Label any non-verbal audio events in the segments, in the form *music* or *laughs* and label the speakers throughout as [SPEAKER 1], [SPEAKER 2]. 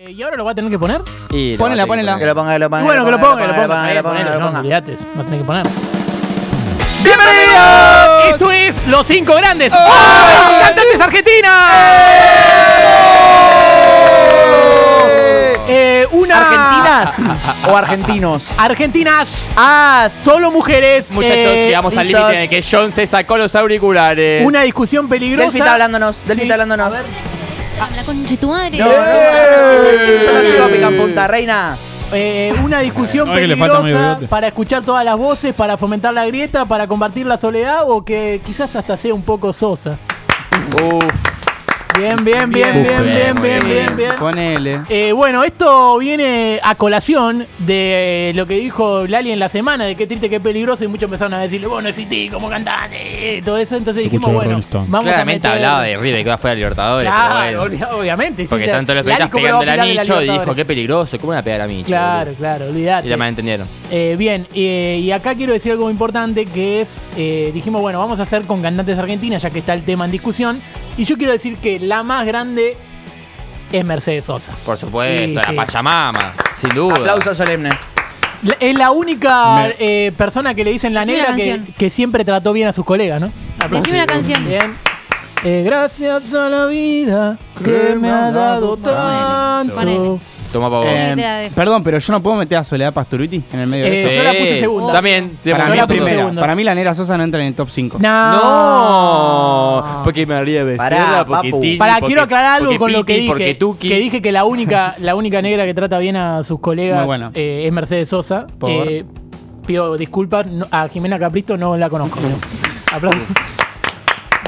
[SPEAKER 1] Eh, ¿Y ahora lo va a tener que poner?
[SPEAKER 2] Y lo
[SPEAKER 3] Ponela,
[SPEAKER 2] va a tener
[SPEAKER 3] ponela.
[SPEAKER 2] que
[SPEAKER 3] Que
[SPEAKER 2] poner. Bueno,
[SPEAKER 3] lo ponga,
[SPEAKER 2] que lo
[SPEAKER 1] Y bueno, que lo ponga, que lo ponga. Eh, ponelo,
[SPEAKER 2] que lo
[SPEAKER 1] John,
[SPEAKER 2] ponga.
[SPEAKER 1] olvidate, eso, va a tener que poner.
[SPEAKER 2] ¡Bienvenidos!
[SPEAKER 1] Esto es Los Cinco Grandes. ¡Oh! ¡Cantantes Argentina! Eh, una...
[SPEAKER 2] ¿Argentinas
[SPEAKER 1] ¡Eh! *laughs*
[SPEAKER 2] o argentinos?
[SPEAKER 1] Argentinas.
[SPEAKER 2] ¡Ah!
[SPEAKER 1] Solo mujeres.
[SPEAKER 3] Muchachos,
[SPEAKER 1] eh,
[SPEAKER 3] llegamos al
[SPEAKER 2] listos.
[SPEAKER 3] límite en el que John se sacó los auriculares.
[SPEAKER 1] Una discusión peligrosa.
[SPEAKER 2] Delfi está hablándonos, Delfi
[SPEAKER 1] Sí,
[SPEAKER 2] está hablándonos.
[SPEAKER 1] a ver.
[SPEAKER 4] Habla con tu madre.
[SPEAKER 2] No, no, no, yo no sigo a Pican Punta, reina.
[SPEAKER 1] Eh, una discusión
[SPEAKER 5] *laughs* No, es que le falta medio
[SPEAKER 1] peligrosa
[SPEAKER 5] bigote.
[SPEAKER 1] para escuchar todas las voces, para fomentar la grieta, para combatir la soledad o que quizás hasta sea un poco sosa. Bien, bien, bien, bien, bien, bien, bien, bien.
[SPEAKER 3] Ponele.
[SPEAKER 1] Eh, bueno, esto viene a colación de lo que dijo Lali en la semana, de qué triste, qué peligroso, y muchos empezaron a decirle, vos no existís como cantante, y todo eso, entonces
[SPEAKER 5] Se
[SPEAKER 1] dijimos,
[SPEAKER 5] escuchó
[SPEAKER 1] bueno,
[SPEAKER 5] Rolling Stone.
[SPEAKER 1] vamos
[SPEAKER 3] Claramente
[SPEAKER 1] a meter...
[SPEAKER 3] hablaba de River que va fuera de Libertadores.
[SPEAKER 1] Claro,
[SPEAKER 3] pero bueno.
[SPEAKER 1] obvia- obviamente. sí,
[SPEAKER 3] Porque
[SPEAKER 1] la-
[SPEAKER 3] tanto los
[SPEAKER 1] Lali
[SPEAKER 3] periodistas
[SPEAKER 1] como que va a
[SPEAKER 3] pegándole a
[SPEAKER 1] opinar de la
[SPEAKER 3] Micho y dijo,
[SPEAKER 1] Libertadores.
[SPEAKER 3] qué peligroso, ¿cómo van a pegar a Micho?
[SPEAKER 1] Claro,
[SPEAKER 3] boludo?
[SPEAKER 1] claro,
[SPEAKER 3] Y la
[SPEAKER 1] olvidate.
[SPEAKER 3] mal entendieron.
[SPEAKER 1] Eh, bien, eh, y acá quiero decir algo muy importante que es, eh, dijimos, bueno, vamos a hacer con cantantes argentinas, ya que está el tema en discusión, y yo quiero decir que la más grande es Mercedes Sosa.
[SPEAKER 3] Por supuesto,
[SPEAKER 1] Sí,
[SPEAKER 3] la
[SPEAKER 1] sí.
[SPEAKER 3] Pachamama, sin duda.
[SPEAKER 2] Aplauso solemne.
[SPEAKER 1] La- es la única eh, persona que le dicen la
[SPEAKER 4] Decime
[SPEAKER 1] negra
[SPEAKER 4] la
[SPEAKER 1] que,
[SPEAKER 4] canción.
[SPEAKER 1] que siempre trató bien a sus colegas, ¿no?
[SPEAKER 4] Decime una canción.
[SPEAKER 1] Bien. Eh, gracias a la vida que me ha dado tanto.
[SPEAKER 4] Ponele.
[SPEAKER 3] Toma pa' vos.
[SPEAKER 4] Eh, te la dejo.
[SPEAKER 6] perdón, pero yo no puedo meter a Soledad Pasturuti en el medio
[SPEAKER 1] Eh,
[SPEAKER 6] de eso.
[SPEAKER 1] yo la puse
[SPEAKER 3] Sí,
[SPEAKER 1] segunda.
[SPEAKER 3] También, te
[SPEAKER 1] yo
[SPEAKER 6] Para
[SPEAKER 3] pongo
[SPEAKER 6] mí,
[SPEAKER 1] la puse
[SPEAKER 6] primera.
[SPEAKER 1] segunda.
[SPEAKER 6] Para mí, la Nera Sosa no entra en el top 5.
[SPEAKER 1] No.
[SPEAKER 3] No, porque María
[SPEAKER 2] Pará,
[SPEAKER 3] Becerra, porque
[SPEAKER 2] papu.
[SPEAKER 3] Tini,
[SPEAKER 1] Para,
[SPEAKER 3] porque-
[SPEAKER 1] quiero aclarar algo
[SPEAKER 3] porque
[SPEAKER 1] con lo que
[SPEAKER 3] Piti,
[SPEAKER 1] dije.
[SPEAKER 3] Porque Tuki. *laughs*
[SPEAKER 1] Que dije que la única, la única negra que trata bien a sus colegas
[SPEAKER 6] Muy bueno.
[SPEAKER 1] eh, es Mercedes Sosa.
[SPEAKER 6] Por.
[SPEAKER 1] Eh, pido disculpas, no- a Jimena Capristo no la conozco. Aplausos.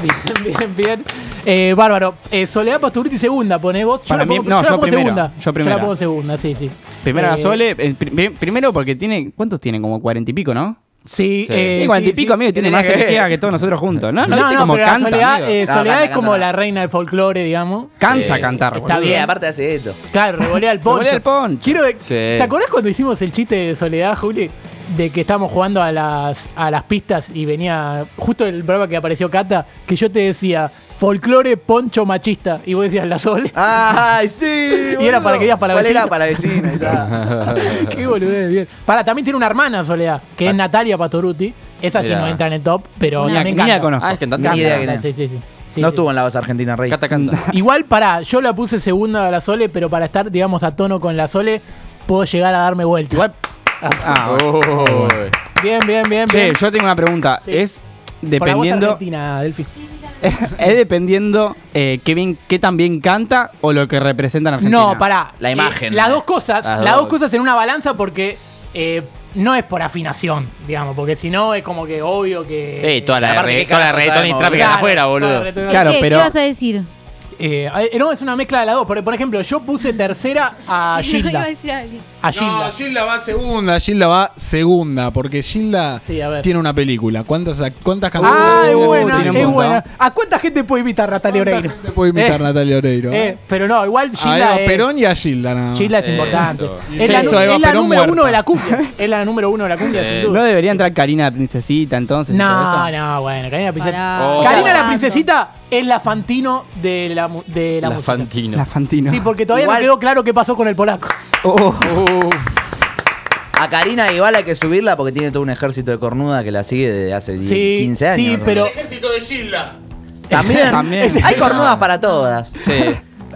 [SPEAKER 1] Bien, bien, bien. Eh, bárbaro. Eh, Soledad Pasturuti segunda, poné vos. Yo
[SPEAKER 6] Para
[SPEAKER 1] la
[SPEAKER 6] mí-
[SPEAKER 1] pongo-
[SPEAKER 6] no,
[SPEAKER 1] yo la
[SPEAKER 6] yo
[SPEAKER 1] pongo
[SPEAKER 6] primera,
[SPEAKER 1] segunda.
[SPEAKER 6] yo
[SPEAKER 1] la
[SPEAKER 6] primera.
[SPEAKER 1] pongo segunda, sí, sí.
[SPEAKER 6] Primero la
[SPEAKER 1] Eh,
[SPEAKER 6] Sole, eh, pri- primero porque tiene. ¿Cuántos tienen? Como cuarenta y pico, ¿no?
[SPEAKER 1] Sí,
[SPEAKER 3] Sí.
[SPEAKER 1] eh,
[SPEAKER 6] Tiene cuarenta y
[SPEAKER 1] sí,
[SPEAKER 6] pico,
[SPEAKER 1] sí.
[SPEAKER 6] amigo, tiene
[SPEAKER 2] Tiene
[SPEAKER 6] más
[SPEAKER 2] que ver.
[SPEAKER 6] energía que todos nosotros juntos. No, no,
[SPEAKER 1] No, no,
[SPEAKER 6] viste cómo
[SPEAKER 1] pero la
[SPEAKER 6] canta.
[SPEAKER 1] Soledad,
[SPEAKER 6] amigo?
[SPEAKER 1] eh,
[SPEAKER 2] No,
[SPEAKER 1] Soledad
[SPEAKER 2] canta,
[SPEAKER 1] es como
[SPEAKER 2] canta.
[SPEAKER 1] la reina del folclore, digamos.
[SPEAKER 6] Cansa
[SPEAKER 3] Sí.
[SPEAKER 6] cantar,
[SPEAKER 1] Está
[SPEAKER 6] boludo.
[SPEAKER 2] Sí,
[SPEAKER 1] bien.
[SPEAKER 2] aparte hace esto.
[SPEAKER 1] Claro, revolea el poncho.
[SPEAKER 6] Revolea el poncho.
[SPEAKER 1] Quiero ver-
[SPEAKER 3] Sí.
[SPEAKER 1] ¿Te acordás cuando hicimos el chiste de Soledad, Juli? De que estábamos jugando a las, a las pistas y venía justo el programa que apareció Cata, que yo te decía folclore poncho machista y vos decías la Sole.
[SPEAKER 2] Ah. ¡Ay, sí!
[SPEAKER 1] Y era
[SPEAKER 2] boludo.
[SPEAKER 1] para que digas para
[SPEAKER 2] ¿Cuál
[SPEAKER 1] vecino.
[SPEAKER 2] era para vecino? y tal.
[SPEAKER 1] *laughs*
[SPEAKER 3] Ah,
[SPEAKER 1] Qué boludez, bien. Para, también tiene una hermana Soledad, que es Natalia Patoruti. Esa sí
[SPEAKER 3] Mirá.
[SPEAKER 1] no entra en el top, pero
[SPEAKER 4] Ni
[SPEAKER 1] me
[SPEAKER 4] la-
[SPEAKER 6] ni
[SPEAKER 1] encanta.
[SPEAKER 6] la conozco.
[SPEAKER 3] Ah, es cantante.
[SPEAKER 2] Ni idea
[SPEAKER 1] Canta,
[SPEAKER 2] quién
[SPEAKER 1] sí,
[SPEAKER 2] es.
[SPEAKER 1] sí, sí. Sí,
[SPEAKER 2] No
[SPEAKER 1] sí.
[SPEAKER 2] estuvo en *laughs* la voz argentina, rey.
[SPEAKER 1] *laughs*
[SPEAKER 3] Canta, canta.
[SPEAKER 1] Igual para, yo la puse segunda a la Sole, pero para estar, digamos, a tono con la Sole, puedo llegar a darme vuelta.
[SPEAKER 6] Igual. Ah, bueno.
[SPEAKER 3] Uy.
[SPEAKER 1] Bien, bien, bien,
[SPEAKER 6] Che,
[SPEAKER 1] bien.
[SPEAKER 6] yo tengo una pregunta.
[SPEAKER 1] Sí.
[SPEAKER 6] Es
[SPEAKER 1] Por la voz
[SPEAKER 6] dependiendo.
[SPEAKER 1] argentina, Delfi.
[SPEAKER 6] *laughs* Es dependiendo eh, qué, bien, qué tan bien canta o lo que representa en Argentina.
[SPEAKER 1] No, pará.
[SPEAKER 2] La
[SPEAKER 1] Eh,
[SPEAKER 2] imagen.
[SPEAKER 1] las dos cosas, las,
[SPEAKER 3] Las
[SPEAKER 1] dos
[SPEAKER 3] dos.
[SPEAKER 1] cosas en una balanza porque eh, no es por afinación, digamos, porque si no es como que obvio que.
[SPEAKER 3] Ey, toda la
[SPEAKER 2] Aparte,
[SPEAKER 3] re-
[SPEAKER 2] ¿qué
[SPEAKER 3] toda la
[SPEAKER 2] carajo
[SPEAKER 3] reggaetón y
[SPEAKER 2] sabemos,
[SPEAKER 3] trap que
[SPEAKER 2] boludo?
[SPEAKER 1] Claro,
[SPEAKER 3] están afuera,
[SPEAKER 1] toda la
[SPEAKER 3] boludo.
[SPEAKER 1] retórica-
[SPEAKER 6] Claro,
[SPEAKER 4] ¿Qué,
[SPEAKER 6] pero-
[SPEAKER 4] ¿Qué vas a decir?
[SPEAKER 1] Eh, eh, no, es una mezcla de las dos. Porque, por ejemplo, yo puse tercera a
[SPEAKER 4] *laughs* iba
[SPEAKER 1] Gilda.
[SPEAKER 4] a decir a alguien.
[SPEAKER 1] A Gilda. Ah,
[SPEAKER 5] No, Gilda va segunda, Gilda va segunda, porque Gilda
[SPEAKER 1] Sí, a ver.
[SPEAKER 5] tiene una película. ¿Cuántas, cuántas canciones?
[SPEAKER 1] Ah, es
[SPEAKER 6] Uh,
[SPEAKER 1] buena,
[SPEAKER 6] tiene un
[SPEAKER 1] es
[SPEAKER 6] montón.
[SPEAKER 1] buena. ¿A cuánta gente puede invitar Natalia
[SPEAKER 5] ¿Cuánta
[SPEAKER 1] Oreiro?
[SPEAKER 5] gente puede imitar
[SPEAKER 1] Eh,
[SPEAKER 5] Natalia Oreiro?
[SPEAKER 1] Eh, pero no, igual
[SPEAKER 5] a Eva
[SPEAKER 1] Gilda es.
[SPEAKER 5] Perón y a Gilda nada más.
[SPEAKER 1] Gilda es
[SPEAKER 3] Eso.
[SPEAKER 1] importante.
[SPEAKER 5] Y
[SPEAKER 1] Es la,
[SPEAKER 5] eso,
[SPEAKER 1] nu-
[SPEAKER 5] Eva
[SPEAKER 1] es la
[SPEAKER 5] Perón
[SPEAKER 1] número uno
[SPEAKER 5] muerta.
[SPEAKER 1] de la cumbia. Es la número uno de la cumbia,
[SPEAKER 3] Sí.
[SPEAKER 1] sin
[SPEAKER 6] ¿No
[SPEAKER 1] duda.
[SPEAKER 6] debería entrar Karina la Princesita entonces? y todo
[SPEAKER 1] No,
[SPEAKER 6] eso?
[SPEAKER 1] no, bueno, Karina Princesita.
[SPEAKER 4] Pará.
[SPEAKER 3] Oh.
[SPEAKER 1] Karina la
[SPEAKER 4] Tanto.
[SPEAKER 1] princesita es la Fantino de la, mu- de la,
[SPEAKER 3] La
[SPEAKER 1] música.
[SPEAKER 3] Fantino.
[SPEAKER 6] La Fantino.
[SPEAKER 1] Sí, porque todavía
[SPEAKER 2] Igual-
[SPEAKER 1] no quedó claro qué pasó con el polaco.
[SPEAKER 6] Oh,
[SPEAKER 3] Uf.
[SPEAKER 2] A Karina igual hay que subirla porque tiene todo un ejército de cornuda que la sigue desde hace 10,
[SPEAKER 1] Sí,
[SPEAKER 2] 15 años.
[SPEAKER 1] sí,
[SPEAKER 2] ¿no?
[SPEAKER 1] pero
[SPEAKER 2] También,
[SPEAKER 6] También.
[SPEAKER 2] hay cornudas para todas.
[SPEAKER 3] Sí.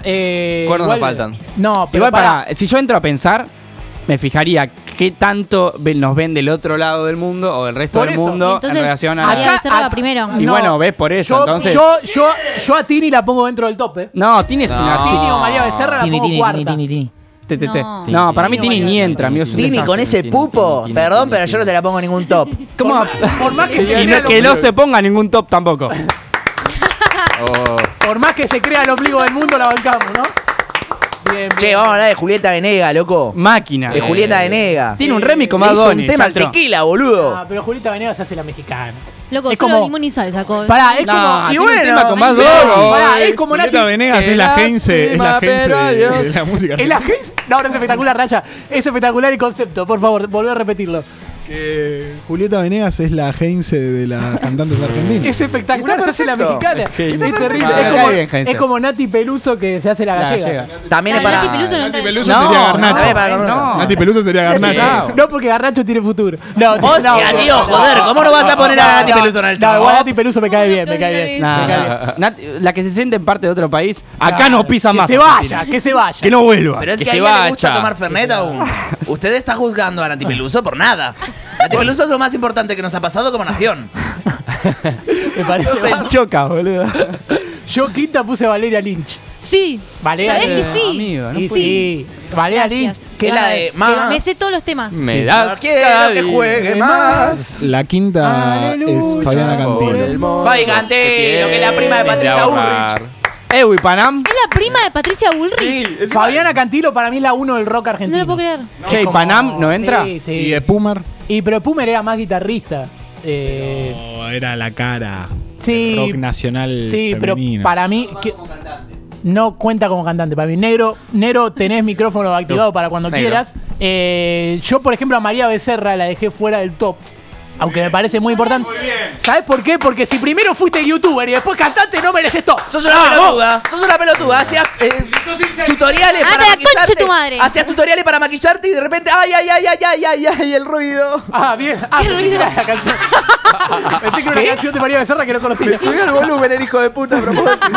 [SPEAKER 1] eh,
[SPEAKER 3] Cuernos
[SPEAKER 1] igual-
[SPEAKER 3] no faltan.
[SPEAKER 1] No, pero
[SPEAKER 6] Igual
[SPEAKER 1] para,
[SPEAKER 6] para, si yo entro a pensar, me fijaría qué tanto ve- nos ven del otro lado del mundo o del resto
[SPEAKER 1] Por
[SPEAKER 6] del
[SPEAKER 1] eso.
[SPEAKER 6] mundo en
[SPEAKER 4] Entonces,
[SPEAKER 6] relación a...
[SPEAKER 4] habría que
[SPEAKER 1] Acá-
[SPEAKER 4] hacerla
[SPEAKER 1] a-
[SPEAKER 4] primero.
[SPEAKER 6] Y bueno, ves por eso,
[SPEAKER 1] yo,
[SPEAKER 6] entonces-
[SPEAKER 1] Yo, yo, yo a Tini la pongo dentro del tope.
[SPEAKER 6] No, tienes
[SPEAKER 3] No.
[SPEAKER 6] una...
[SPEAKER 1] Tini o María Becerra la
[SPEAKER 2] Tini,
[SPEAKER 1] pongo
[SPEAKER 2] tini,
[SPEAKER 1] cuarta.
[SPEAKER 2] tini, tini, tini.
[SPEAKER 6] Te- te- te.
[SPEAKER 4] No.
[SPEAKER 6] No, para mí
[SPEAKER 1] Tini,
[SPEAKER 6] Tini ni
[SPEAKER 1] María,
[SPEAKER 6] entra, amigo. es un
[SPEAKER 2] Tini
[SPEAKER 6] desastre.
[SPEAKER 2] con ese
[SPEAKER 3] Tini,
[SPEAKER 2] pupo.
[SPEAKER 3] tini, tini,
[SPEAKER 2] Perdón,
[SPEAKER 3] tini,
[SPEAKER 2] pero yo
[SPEAKER 3] tini.
[SPEAKER 2] no te la pongo en ningún top.
[SPEAKER 6] ¿Cómo?
[SPEAKER 1] Por más
[SPEAKER 6] *laughs*
[SPEAKER 1] que
[SPEAKER 6] Y
[SPEAKER 1] se crea
[SPEAKER 6] no-
[SPEAKER 1] el
[SPEAKER 6] que
[SPEAKER 1] ombligo-
[SPEAKER 6] no se ponga ningún top tampoco.
[SPEAKER 3] Oh.
[SPEAKER 1] por más que se crea el ombligo del mundo, la bancamos, ¿no? Bien, bien.
[SPEAKER 2] Che, vamos a hablar de Julieta Venega, loco.
[SPEAKER 6] Máquina.
[SPEAKER 2] De Julieta
[SPEAKER 3] Eh,
[SPEAKER 2] Venega.
[SPEAKER 6] Tiene un remix con
[SPEAKER 2] Le
[SPEAKER 6] Bad
[SPEAKER 2] hizo
[SPEAKER 6] Bunny,
[SPEAKER 2] un tema al
[SPEAKER 6] Sandro.
[SPEAKER 2] tequila, boludo.
[SPEAKER 1] Ah, pero Julita Venegas se hace la mexicana.
[SPEAKER 4] Loco,
[SPEAKER 1] Es
[SPEAKER 4] solo
[SPEAKER 1] como-
[SPEAKER 4] limón y salsa. con-
[SPEAKER 1] Pará, es
[SPEAKER 6] No,
[SPEAKER 1] como.
[SPEAKER 2] y
[SPEAKER 6] Ah, tiene un
[SPEAKER 2] bueno,
[SPEAKER 6] tema con Bad
[SPEAKER 4] sí.
[SPEAKER 6] Bunny.
[SPEAKER 1] Pará, es como
[SPEAKER 5] Julieta
[SPEAKER 1] Nati.
[SPEAKER 5] Venegas
[SPEAKER 3] Qué
[SPEAKER 5] es la Gense, es la
[SPEAKER 3] lástima,
[SPEAKER 5] Gense
[SPEAKER 3] pero
[SPEAKER 5] de,
[SPEAKER 3] adiós.
[SPEAKER 5] de la música.
[SPEAKER 1] ¿Es la gente? No, no es espectacular, Raya. Es espectacular el concepto. Por favor, volvé a repetirlo.
[SPEAKER 5] Que Julieta Venegas es la Heinze
[SPEAKER 1] *laughs*
[SPEAKER 5] de las cantantes argentinas.
[SPEAKER 1] Es espectacular, se hace la
[SPEAKER 2] perfecto.
[SPEAKER 1] mexicana.
[SPEAKER 6] Es que-
[SPEAKER 1] Es
[SPEAKER 6] Está
[SPEAKER 1] terrible.
[SPEAKER 6] perfecto.
[SPEAKER 1] Es
[SPEAKER 6] Me
[SPEAKER 1] como,
[SPEAKER 6] cae bien, Heinze.
[SPEAKER 1] es como Nati Peluso que se hace la
[SPEAKER 6] La
[SPEAKER 1] gallega.
[SPEAKER 6] gallega.
[SPEAKER 2] También es
[SPEAKER 4] La Nati
[SPEAKER 2] para.
[SPEAKER 4] Peluso no está-
[SPEAKER 5] Peluso
[SPEAKER 6] No,
[SPEAKER 5] sería
[SPEAKER 2] no,
[SPEAKER 5] Garnacho.
[SPEAKER 2] para-
[SPEAKER 6] no.
[SPEAKER 5] Nati Peluso sería Garnacho.
[SPEAKER 6] Claro.
[SPEAKER 1] No, porque Garnacho tiene futuro. No,
[SPEAKER 2] O sea,
[SPEAKER 1] no,
[SPEAKER 2] tío,
[SPEAKER 1] no,
[SPEAKER 2] joder, ¿cómo no vas a poner a Nati
[SPEAKER 1] no,
[SPEAKER 2] Peluso en el
[SPEAKER 1] No, igual Nati
[SPEAKER 2] top?
[SPEAKER 1] Peluso me cae bien, me cae bien.
[SPEAKER 6] Nah,
[SPEAKER 1] Me cae bien.
[SPEAKER 6] nah. Nat- la que se siente en parte de otro país, acá nos pisa
[SPEAKER 1] que
[SPEAKER 6] más.
[SPEAKER 1] se
[SPEAKER 6] Argentina.
[SPEAKER 1] vaya, que se vaya.
[SPEAKER 6] Que no vuelva.
[SPEAKER 2] Pero es que,
[SPEAKER 6] se
[SPEAKER 2] a ella le gusta
[SPEAKER 6] vaya.
[SPEAKER 2] tomar Fernet aún. Usted está juzgando a Nati Peluso por nada. Nati Peluso es lo más importante que nos ha pasado como nación.
[SPEAKER 1] Me parece bárbaro.
[SPEAKER 6] Choca, boludo.
[SPEAKER 1] Yo quinta puse a Valeria Lynch.
[SPEAKER 4] Sí.
[SPEAKER 1] Valeria
[SPEAKER 4] ¿Sabés que
[SPEAKER 1] Lynch.
[SPEAKER 4] sí?
[SPEAKER 6] Amigo, no
[SPEAKER 1] Y
[SPEAKER 6] puede-
[SPEAKER 1] sí, Valeria Lynch.
[SPEAKER 4] Gracias.
[SPEAKER 1] que
[SPEAKER 2] Es la de más.
[SPEAKER 4] Me sé todos los temas.
[SPEAKER 3] Me das
[SPEAKER 2] quiero que
[SPEAKER 3] cari-
[SPEAKER 2] juegue más.
[SPEAKER 5] La quinta
[SPEAKER 1] Aleluya,
[SPEAKER 5] es Fabiana
[SPEAKER 3] Por el
[SPEAKER 5] Cantilo.
[SPEAKER 3] mundo
[SPEAKER 2] Fabi Cantilo, que es la prima de
[SPEAKER 3] quiere
[SPEAKER 2] Patricia
[SPEAKER 3] ahorrar. *laughs*
[SPEAKER 6] Ewi Eh, Panam.
[SPEAKER 4] Es la prima de Patricia Bullrich.
[SPEAKER 1] Fabiana Cantilo para mí es la uno del rock argentino.
[SPEAKER 4] No lo puedo creer.
[SPEAKER 6] Che, ¿y
[SPEAKER 1] como-
[SPEAKER 6] Panam no entra? eh,
[SPEAKER 1] Sí, sí.
[SPEAKER 5] Y Spumer.
[SPEAKER 1] Y pero Pumer era más guitarrista. Eh,
[SPEAKER 5] Oh, era la cara.
[SPEAKER 1] sí.
[SPEAKER 5] Rock nacional
[SPEAKER 1] sí, pero
[SPEAKER 5] femenino.
[SPEAKER 1] para mí. que- no cuenta como cantante para mí. Negro, Negro tenés micrófono activado para cuando
[SPEAKER 6] negro.
[SPEAKER 1] quieras. Eh, yo, por ejemplo, a María Becerra la dejé fuera del top. Aunque me parece muy importante. ¿Sabes por qué? Porque si primero fuiste youtuber y después cantante, no mereces top.
[SPEAKER 2] Sos una pelotuda, sos una pelotuda, hacías eh, tutoriales
[SPEAKER 4] Ah,
[SPEAKER 2] para
[SPEAKER 4] de la
[SPEAKER 2] maquillarte.
[SPEAKER 4] concha de tu madre.
[SPEAKER 2] Hacías tutoriales para maquillarte y de repente, ay, ay, ay, ay, ay, ay, ay, el ruido.
[SPEAKER 1] Ah, bien. Ah, pensé que era la canción. *laughs* Pensé que era una canción de María Becerra que no conocí.
[SPEAKER 2] Me subió el volumen el hijo de puta a propósito.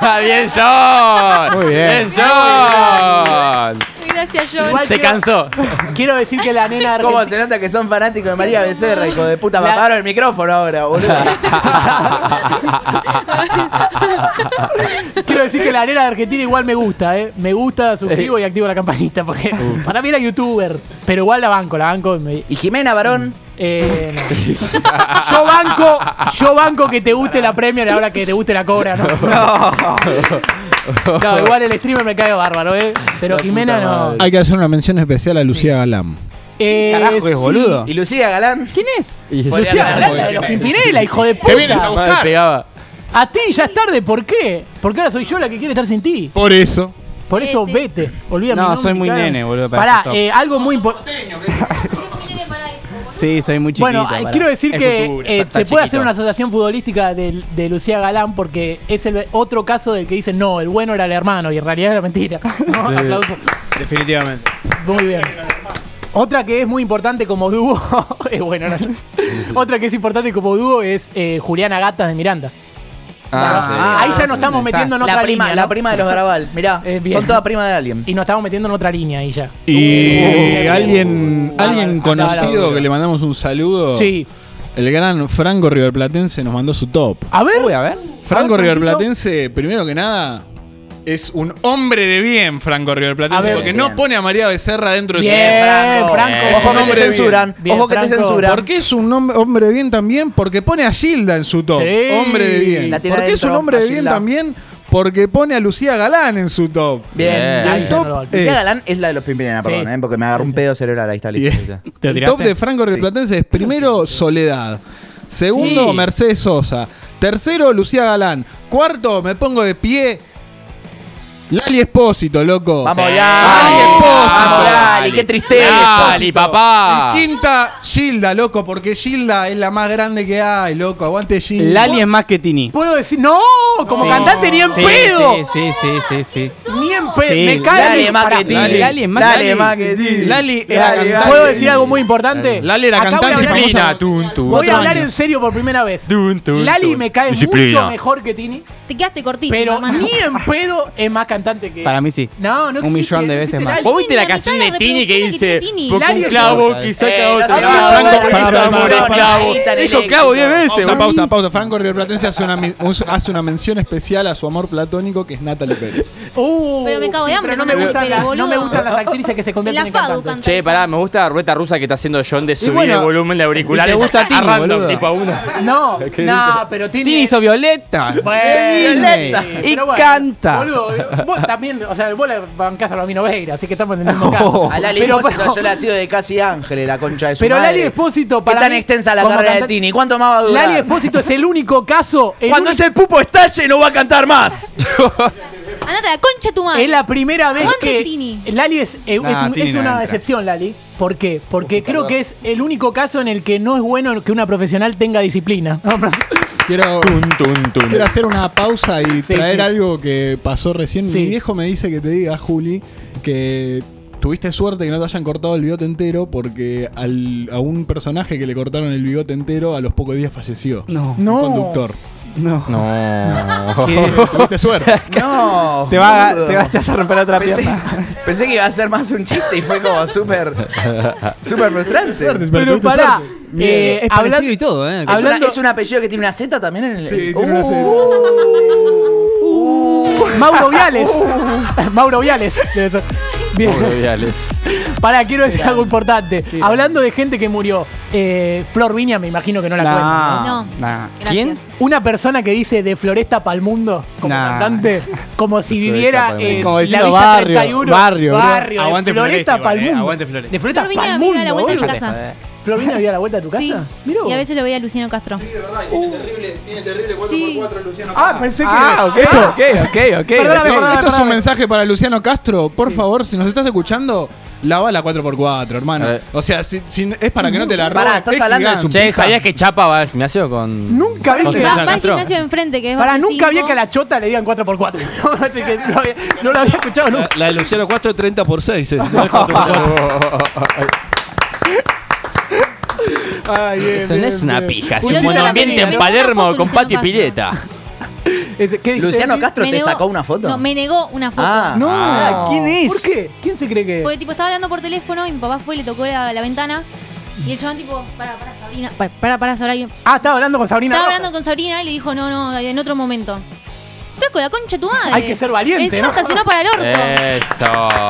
[SPEAKER 3] Ah, bien, John.
[SPEAKER 5] Muy bien.
[SPEAKER 3] Bien, John.
[SPEAKER 4] Gracias, John.
[SPEAKER 1] Igual
[SPEAKER 3] Se
[SPEAKER 1] quiero-
[SPEAKER 3] cansó.
[SPEAKER 1] Quiero decir que la nena
[SPEAKER 2] ¿Cómo
[SPEAKER 1] argentina.
[SPEAKER 2] se nota que son fanáticos de María Becerra, hijo de puta?
[SPEAKER 1] La-
[SPEAKER 2] Paparon el micrófono ahora, boludo.
[SPEAKER 1] Quiero decir que la nena de Argentina igual me gusta, ¿eh? Me gusta,
[SPEAKER 3] Eh.
[SPEAKER 1] suscribo y activo la campanita porque para mí era youtuber, pero igual la banco, la banco. y me-
[SPEAKER 2] Y Jimena Barón.
[SPEAKER 1] eh,
[SPEAKER 3] *laughs*
[SPEAKER 1] no. Yo banco, yo banco que te guste la Premier ahora que te guste la Cobra,
[SPEAKER 3] *laughs*
[SPEAKER 1] ¿no? No, igual el streamer me cae bárbaro, ¿eh? Pero
[SPEAKER 3] La
[SPEAKER 1] Jimena
[SPEAKER 3] puta
[SPEAKER 1] no.
[SPEAKER 3] madre.
[SPEAKER 5] Hay que hacer una mención especial a Lucía Galán.
[SPEAKER 1] Eh,
[SPEAKER 6] Carajo, es boludo.
[SPEAKER 2] ¿Y Lucía Galán?
[SPEAKER 1] ¿Quién es?
[SPEAKER 3] Y se
[SPEAKER 2] Podría
[SPEAKER 1] Sí,
[SPEAKER 2] haber
[SPEAKER 1] la de los Pimpinela, hijo de puta.
[SPEAKER 3] Madre, pegaba.
[SPEAKER 1] A ti ya es tarde, ¿por qué? Porque ahora soy yo la que quiere estar sin ti.
[SPEAKER 5] Por eso.
[SPEAKER 1] Por eso
[SPEAKER 2] Este.
[SPEAKER 1] vete, olvida mi
[SPEAKER 6] No,
[SPEAKER 1] nombre,
[SPEAKER 6] soy muy
[SPEAKER 1] cara.
[SPEAKER 6] nene, boludo, para
[SPEAKER 1] Pará,
[SPEAKER 6] esto.
[SPEAKER 1] eh, algo muy importante.
[SPEAKER 6] Sí, soy muy chiquito.
[SPEAKER 1] Bueno, eh,
[SPEAKER 6] pará.
[SPEAKER 1] quiero decir
[SPEAKER 6] Es
[SPEAKER 1] que
[SPEAKER 6] futuro,
[SPEAKER 1] eh,
[SPEAKER 6] está- está
[SPEAKER 1] se puede hacer
[SPEAKER 6] chiquito.
[SPEAKER 1] una asociación futbolística de, de Lucía Galán porque es el otro caso del que dicen, no, el bueno era el hermano y en realidad era mentira. *laughs* ¿No? Aplauso.
[SPEAKER 5] Definitivamente.
[SPEAKER 1] Muy bien. Otra que es muy importante como dúo, *laughs* es bueno, no, otra que es importante como dúo es eh, Juliana Gatas de Miranda.
[SPEAKER 3] Ah,
[SPEAKER 1] Ahí
[SPEAKER 2] ah,
[SPEAKER 1] ya
[SPEAKER 2] sí,
[SPEAKER 1] nos estamos
[SPEAKER 6] exacto.
[SPEAKER 1] metiendo en otra
[SPEAKER 2] La prima,
[SPEAKER 1] línea.
[SPEAKER 2] la
[SPEAKER 1] ¿no?
[SPEAKER 2] prima de los Garabal. Mirá,
[SPEAKER 1] Eh, bien.
[SPEAKER 2] son todas primas de alguien.
[SPEAKER 1] Y nos estamos metiendo en otra línea ahí ya.
[SPEAKER 5] Y
[SPEAKER 1] Uh,
[SPEAKER 5] alguien,
[SPEAKER 1] uh,
[SPEAKER 5] alguien
[SPEAKER 1] uh,
[SPEAKER 5] conocido
[SPEAKER 1] uh,
[SPEAKER 5] que le mandamos un saludo.
[SPEAKER 1] Sí.
[SPEAKER 5] El gran Franco Riverplatense nos mandó su top.
[SPEAKER 1] A ver.
[SPEAKER 6] Uy, a ver.
[SPEAKER 5] Franco
[SPEAKER 1] A ver,
[SPEAKER 5] Riverplatense, primero que nada, es un hombre de bien, Franco
[SPEAKER 1] A
[SPEAKER 5] Riverplatense,
[SPEAKER 1] ver.
[SPEAKER 5] porque
[SPEAKER 2] Bien.
[SPEAKER 5] no pone a María Becerra dentro de
[SPEAKER 1] Bien,
[SPEAKER 5] su
[SPEAKER 1] Franco.
[SPEAKER 2] Franco.
[SPEAKER 1] Es
[SPEAKER 2] Ojo
[SPEAKER 1] un
[SPEAKER 2] que te
[SPEAKER 5] hombre bien.
[SPEAKER 2] censuran.
[SPEAKER 1] Bien,
[SPEAKER 2] Ojo que te
[SPEAKER 1] Franco.
[SPEAKER 2] censuran.
[SPEAKER 5] ¿Por qué es un hom- hombre de bien también? Porque pone a Gilda en su top.
[SPEAKER 1] Sí.
[SPEAKER 5] Hombre de bien.
[SPEAKER 2] La
[SPEAKER 5] ¿Por
[SPEAKER 2] tiene
[SPEAKER 5] qué es un
[SPEAKER 2] adentro,
[SPEAKER 5] hombre
[SPEAKER 2] a
[SPEAKER 5] de bien
[SPEAKER 2] Gilda.
[SPEAKER 5] también? Porque pone a Lucía Galán en su top.
[SPEAKER 2] Bien.
[SPEAKER 3] Bien.
[SPEAKER 5] Y
[SPEAKER 1] Ahí
[SPEAKER 5] el
[SPEAKER 1] ya no
[SPEAKER 5] top
[SPEAKER 1] lo banco.
[SPEAKER 5] es-
[SPEAKER 2] Lucía Galán es la de los Pimpinela,
[SPEAKER 1] Sí.
[SPEAKER 2] perdón, eh, porque me agarró un pedo cerebral. Ahí está
[SPEAKER 5] y-
[SPEAKER 2] listo.
[SPEAKER 6] ¿Te
[SPEAKER 5] el
[SPEAKER 6] tiraste?
[SPEAKER 5] top de Franco Riverplatense es primero Soledad. Segundo,
[SPEAKER 1] Sí.
[SPEAKER 5] Mercedes Sosa. Tercero, Lucía Galán. Cuarto, me pongo de pie. Lali Espósito, loco.
[SPEAKER 2] Vamos, Lali.
[SPEAKER 5] Ay, esposo.
[SPEAKER 2] Vamos, Lali. Qué tristeza.
[SPEAKER 3] Lali, papá.
[SPEAKER 5] Y quinta, Gilda, loco, porque Gilda es la más grande que hay, loco. Aguante Gilda.
[SPEAKER 6] Lali es más que Tini.
[SPEAKER 1] Puedo decir, no, como
[SPEAKER 6] Sí.
[SPEAKER 1] cantante ni en
[SPEAKER 6] Sí,
[SPEAKER 1] pedo.
[SPEAKER 6] Sí, sí, sí, sí. sí.
[SPEAKER 1] Ni en pedo.
[SPEAKER 6] Sí,
[SPEAKER 1] me cae.
[SPEAKER 2] Lali
[SPEAKER 1] en-
[SPEAKER 2] es más
[SPEAKER 1] Pará,
[SPEAKER 2] que ti.
[SPEAKER 5] Lali.
[SPEAKER 6] Lali es más-
[SPEAKER 2] Lali es
[SPEAKER 6] Lali.
[SPEAKER 2] más que ti.
[SPEAKER 5] Lali era
[SPEAKER 2] Lali,
[SPEAKER 5] cantante.
[SPEAKER 1] eh, ¿Puedo decir algo muy importante?
[SPEAKER 5] Lali era
[SPEAKER 1] Acá voy a
[SPEAKER 5] cantante
[SPEAKER 1] hablar-
[SPEAKER 5] famosa.
[SPEAKER 3] Tun, tun,
[SPEAKER 1] Voy
[SPEAKER 5] Cuatro
[SPEAKER 1] a hablar
[SPEAKER 5] años.
[SPEAKER 1] en serio por primera vez.
[SPEAKER 3] tun, tun,
[SPEAKER 1] Lali
[SPEAKER 3] tun.
[SPEAKER 1] me cae
[SPEAKER 3] Disciplina.
[SPEAKER 1] mucho mejor que Tini,
[SPEAKER 4] Te quedaste cortísimo,
[SPEAKER 1] pero
[SPEAKER 4] hermano.
[SPEAKER 1] ni en pedo es más cantante que.
[SPEAKER 6] Para mí sí.
[SPEAKER 1] No, no
[SPEAKER 6] Un
[SPEAKER 1] existe,
[SPEAKER 6] millón de
[SPEAKER 1] no
[SPEAKER 6] veces
[SPEAKER 1] existe
[SPEAKER 6] más.
[SPEAKER 1] Lali.
[SPEAKER 3] ¿Vos viste la
[SPEAKER 4] Tini,
[SPEAKER 3] canción
[SPEAKER 4] la
[SPEAKER 3] de
[SPEAKER 4] mitad de
[SPEAKER 3] Tini que
[SPEAKER 4] reproducciones que
[SPEAKER 3] dice
[SPEAKER 4] tiene Tini?
[SPEAKER 3] Porque
[SPEAKER 1] Lali
[SPEAKER 3] un
[SPEAKER 1] es
[SPEAKER 3] clavo
[SPEAKER 6] mejor.
[SPEAKER 3] que
[SPEAKER 2] Eh,
[SPEAKER 3] saca
[SPEAKER 2] no
[SPEAKER 3] otro
[SPEAKER 2] se
[SPEAKER 3] clavo,
[SPEAKER 2] va a
[SPEAKER 3] Franco,
[SPEAKER 2] ver,
[SPEAKER 3] Franco, Franco,
[SPEAKER 5] para, para, para,
[SPEAKER 3] clavo.
[SPEAKER 2] para, para.
[SPEAKER 3] Dijo clavo 10 veces.
[SPEAKER 5] Pausa,
[SPEAKER 3] boludo.
[SPEAKER 5] pausa, pausa. Franco Riverplatense hace una, mi- un- hace una mención especial a su amor platónico que es Natalie Pérez.
[SPEAKER 1] Uh,
[SPEAKER 4] Pero me cago de
[SPEAKER 1] sí,
[SPEAKER 4] hambre
[SPEAKER 1] pero no
[SPEAKER 4] con
[SPEAKER 1] me,
[SPEAKER 4] Lali
[SPEAKER 1] gustan
[SPEAKER 4] Pérez,
[SPEAKER 1] las, no
[SPEAKER 4] boludo.
[SPEAKER 1] me gustan las actrices que se convierten
[SPEAKER 4] la
[SPEAKER 1] en
[SPEAKER 4] FADU
[SPEAKER 1] cantantes.
[SPEAKER 3] Che, pará, me gusta la rueta rusa que está haciendo John de subir
[SPEAKER 6] bueno,
[SPEAKER 3] el volumen de auriculares.
[SPEAKER 6] y te gusta
[SPEAKER 3] a
[SPEAKER 6] Tini,
[SPEAKER 3] random,
[SPEAKER 6] boludo.
[SPEAKER 3] tipo a una.
[SPEAKER 1] No,
[SPEAKER 3] Qué
[SPEAKER 1] no, pero Tini.
[SPEAKER 6] Tini hizo Violeta.
[SPEAKER 1] Bueno,
[SPEAKER 6] Violeta.
[SPEAKER 1] sí,
[SPEAKER 6] Y
[SPEAKER 1] pero bueno,
[SPEAKER 6] canta.
[SPEAKER 1] Boludo, vos también, o sea, vos la bancás a Bambino Veira, así que estamos en el mismo caso.
[SPEAKER 2] A Lali
[SPEAKER 1] pero,
[SPEAKER 2] Espósito
[SPEAKER 1] pero-
[SPEAKER 2] yo le ha sido de casi Ángel, la concha de su
[SPEAKER 1] *laughs* pero
[SPEAKER 2] madre.
[SPEAKER 1] Lali Espósito,
[SPEAKER 2] Qué
[SPEAKER 1] para
[SPEAKER 2] tan
[SPEAKER 1] mí,
[SPEAKER 2] extensa la
[SPEAKER 1] como
[SPEAKER 2] carrera de
[SPEAKER 1] cantante-
[SPEAKER 2] Tini. ¿Cuánto más va a durar?
[SPEAKER 1] Lali Espósito es el único caso. el
[SPEAKER 2] Cuando
[SPEAKER 1] único- *laughs*
[SPEAKER 2] ese pupo estalle no va a cantar más.
[SPEAKER 4] Andate a la concha de tu madre.
[SPEAKER 1] Es la primera vez
[SPEAKER 4] Aguante,
[SPEAKER 1] que.
[SPEAKER 4] Tini.
[SPEAKER 1] Lali es, eh,
[SPEAKER 5] Nah,
[SPEAKER 1] es un-
[SPEAKER 5] Tini
[SPEAKER 1] es
[SPEAKER 5] no
[SPEAKER 1] una
[SPEAKER 5] entra.
[SPEAKER 1] excepción, Lali. ¿Por qué? Porque
[SPEAKER 2] Uf,
[SPEAKER 1] creo
[SPEAKER 2] perdón.
[SPEAKER 1] que es el único caso en el que no es bueno que una profesional tenga disciplina. *laughs*
[SPEAKER 5] Quiero, quiero hacer una pausa y
[SPEAKER 1] Sí,
[SPEAKER 5] traer
[SPEAKER 1] sí.
[SPEAKER 5] algo que pasó recién.
[SPEAKER 1] Sí.
[SPEAKER 5] Mi viejo me dice que te diga, Juli, que tuviste suerte que no te hayan cortado el bigote entero porque al- a un personaje que le cortaron el bigote entero a los pocos días falleció.
[SPEAKER 6] No,
[SPEAKER 5] Un
[SPEAKER 1] No.
[SPEAKER 5] conductor.
[SPEAKER 6] no.
[SPEAKER 3] No.
[SPEAKER 5] Que tuviste suerte.
[SPEAKER 2] No. *laughs*
[SPEAKER 6] Te, va,
[SPEAKER 2] boludo.
[SPEAKER 6] te vas te vas a romper otra
[SPEAKER 2] Pensé,
[SPEAKER 6] pierna.
[SPEAKER 2] *laughs* pensé que iba a ser más un chiste y fue como
[SPEAKER 6] *laughs*
[SPEAKER 2] súper. súper
[SPEAKER 5] Suerte,
[SPEAKER 2] frustrante.
[SPEAKER 1] Pero
[SPEAKER 5] tuviste
[SPEAKER 1] pará.
[SPEAKER 5] suerte.
[SPEAKER 6] Bien,
[SPEAKER 1] eh, hablan-
[SPEAKER 6] es parecido y todo, ¿eh?
[SPEAKER 2] Es, una-
[SPEAKER 1] Hablando-
[SPEAKER 2] es un apellido que tiene una Z también en el.
[SPEAKER 5] Sí, tiene una Z.
[SPEAKER 1] Mauro Viales. *laughs* Mauro Viales. debe ser. Bien. Pará, quiero decir algo importante. Hablando de gente que murió, eh, Flor Viña, me imagino que no la
[SPEAKER 6] Nah,
[SPEAKER 1] cuentan.
[SPEAKER 4] No.
[SPEAKER 6] nah.
[SPEAKER 4] Gracias.
[SPEAKER 6] ¿Quién?
[SPEAKER 1] Una persona que dice de floresta pa'l mundo como
[SPEAKER 6] Nah.
[SPEAKER 1] cantante, como si
[SPEAKER 3] Floresta
[SPEAKER 1] viviera
[SPEAKER 3] pa'l
[SPEAKER 1] en
[SPEAKER 3] mundo.
[SPEAKER 6] Como
[SPEAKER 1] la
[SPEAKER 6] diciendo
[SPEAKER 1] Villa
[SPEAKER 6] barrio,
[SPEAKER 1] 31.
[SPEAKER 6] barrio, bro.
[SPEAKER 1] barrio, de
[SPEAKER 7] Aguante
[SPEAKER 1] floresta
[SPEAKER 7] Floresta,
[SPEAKER 1] pa'l
[SPEAKER 7] igual, eh,
[SPEAKER 1] mundo.
[SPEAKER 7] aguante Floresta.
[SPEAKER 1] De floresta
[SPEAKER 4] Flor Viña
[SPEAKER 1] pa'l
[SPEAKER 4] vive a
[SPEAKER 1] mundo.
[SPEAKER 4] la vuelta de mi
[SPEAKER 1] boludo.
[SPEAKER 4] casa.
[SPEAKER 1] Flor Viña vivía a la vuelta de tu casa.
[SPEAKER 4] Sí.
[SPEAKER 1] Mirá vos.
[SPEAKER 4] Y a veces lo veía Luciano Castro. Sí.
[SPEAKER 1] Ah, pensé que.
[SPEAKER 6] Ah, ok,
[SPEAKER 1] Ah,
[SPEAKER 6] ok, ok, ok.
[SPEAKER 1] Perdóname,
[SPEAKER 5] Esto-
[SPEAKER 1] perdóname,
[SPEAKER 5] esto es un
[SPEAKER 1] perdóname.
[SPEAKER 5] mensaje para Luciano Castro. Por favor, si nos estás escuchando, lava la 4x4, hermano.
[SPEAKER 3] A ver.
[SPEAKER 5] O sea, si- si- es para que no te la roben.
[SPEAKER 2] Pará, estás
[SPEAKER 5] Es
[SPEAKER 2] hablando de
[SPEAKER 5] gigante.
[SPEAKER 3] Che, ¿sabías que Chapa va al gimnasio con.
[SPEAKER 1] Nunca vi
[SPEAKER 3] con
[SPEAKER 1] que-
[SPEAKER 4] Va,
[SPEAKER 3] Luciano
[SPEAKER 4] va al
[SPEAKER 3] Castro?
[SPEAKER 4] gimnasio de enfrente, que es
[SPEAKER 1] Para
[SPEAKER 4] Barrio
[SPEAKER 1] nunca había
[SPEAKER 4] Cinco.
[SPEAKER 1] que a la chota le digan 4x4. Así que *laughs* no, había- no lo había escuchado
[SPEAKER 7] La,
[SPEAKER 1] nunca.
[SPEAKER 7] la de Luciano 4 30 por 6. eh, no es 4 por 4.
[SPEAKER 6] *laughs*
[SPEAKER 1] Ay, bien,
[SPEAKER 3] Eso no
[SPEAKER 1] bien,
[SPEAKER 3] es una
[SPEAKER 1] bien.
[SPEAKER 3] pija, es
[SPEAKER 4] Julián,
[SPEAKER 3] un buen
[SPEAKER 1] te la
[SPEAKER 3] ambiente
[SPEAKER 1] pedí,
[SPEAKER 3] en
[SPEAKER 1] ¿eh?
[SPEAKER 3] Palermo
[SPEAKER 4] Una foto,
[SPEAKER 3] con
[SPEAKER 4] Luciano
[SPEAKER 3] patio y
[SPEAKER 4] Castro.
[SPEAKER 3] pileta.
[SPEAKER 1] Es- ¿qué dijiste?
[SPEAKER 2] Luciano Castro
[SPEAKER 4] Me
[SPEAKER 2] te
[SPEAKER 4] negó-
[SPEAKER 2] sacó una foto.
[SPEAKER 4] No, me negó una foto.
[SPEAKER 2] Ah.
[SPEAKER 1] No.
[SPEAKER 3] Ah,
[SPEAKER 6] ¿quién es?
[SPEAKER 1] ¿Por qué? ¿Quién se cree que.?
[SPEAKER 4] Porque tipo estaba hablando por teléfono y mi papá fue y le tocó la, la ventana. Y el chabón tipo, para, para Sabrina, para, para, para Sabrina.
[SPEAKER 1] Ah, estaba hablando con Sabrina.
[SPEAKER 4] Estaba
[SPEAKER 1] Rojas.
[SPEAKER 4] hablando con Sabrina y le dijo, no, no, en otro momento. Flaco, la concha de tu madre.
[SPEAKER 1] Hay que ser valiente,
[SPEAKER 4] Encima
[SPEAKER 1] ¿no? Eh.
[SPEAKER 4] estacionó para el orto.
[SPEAKER 3] Eso.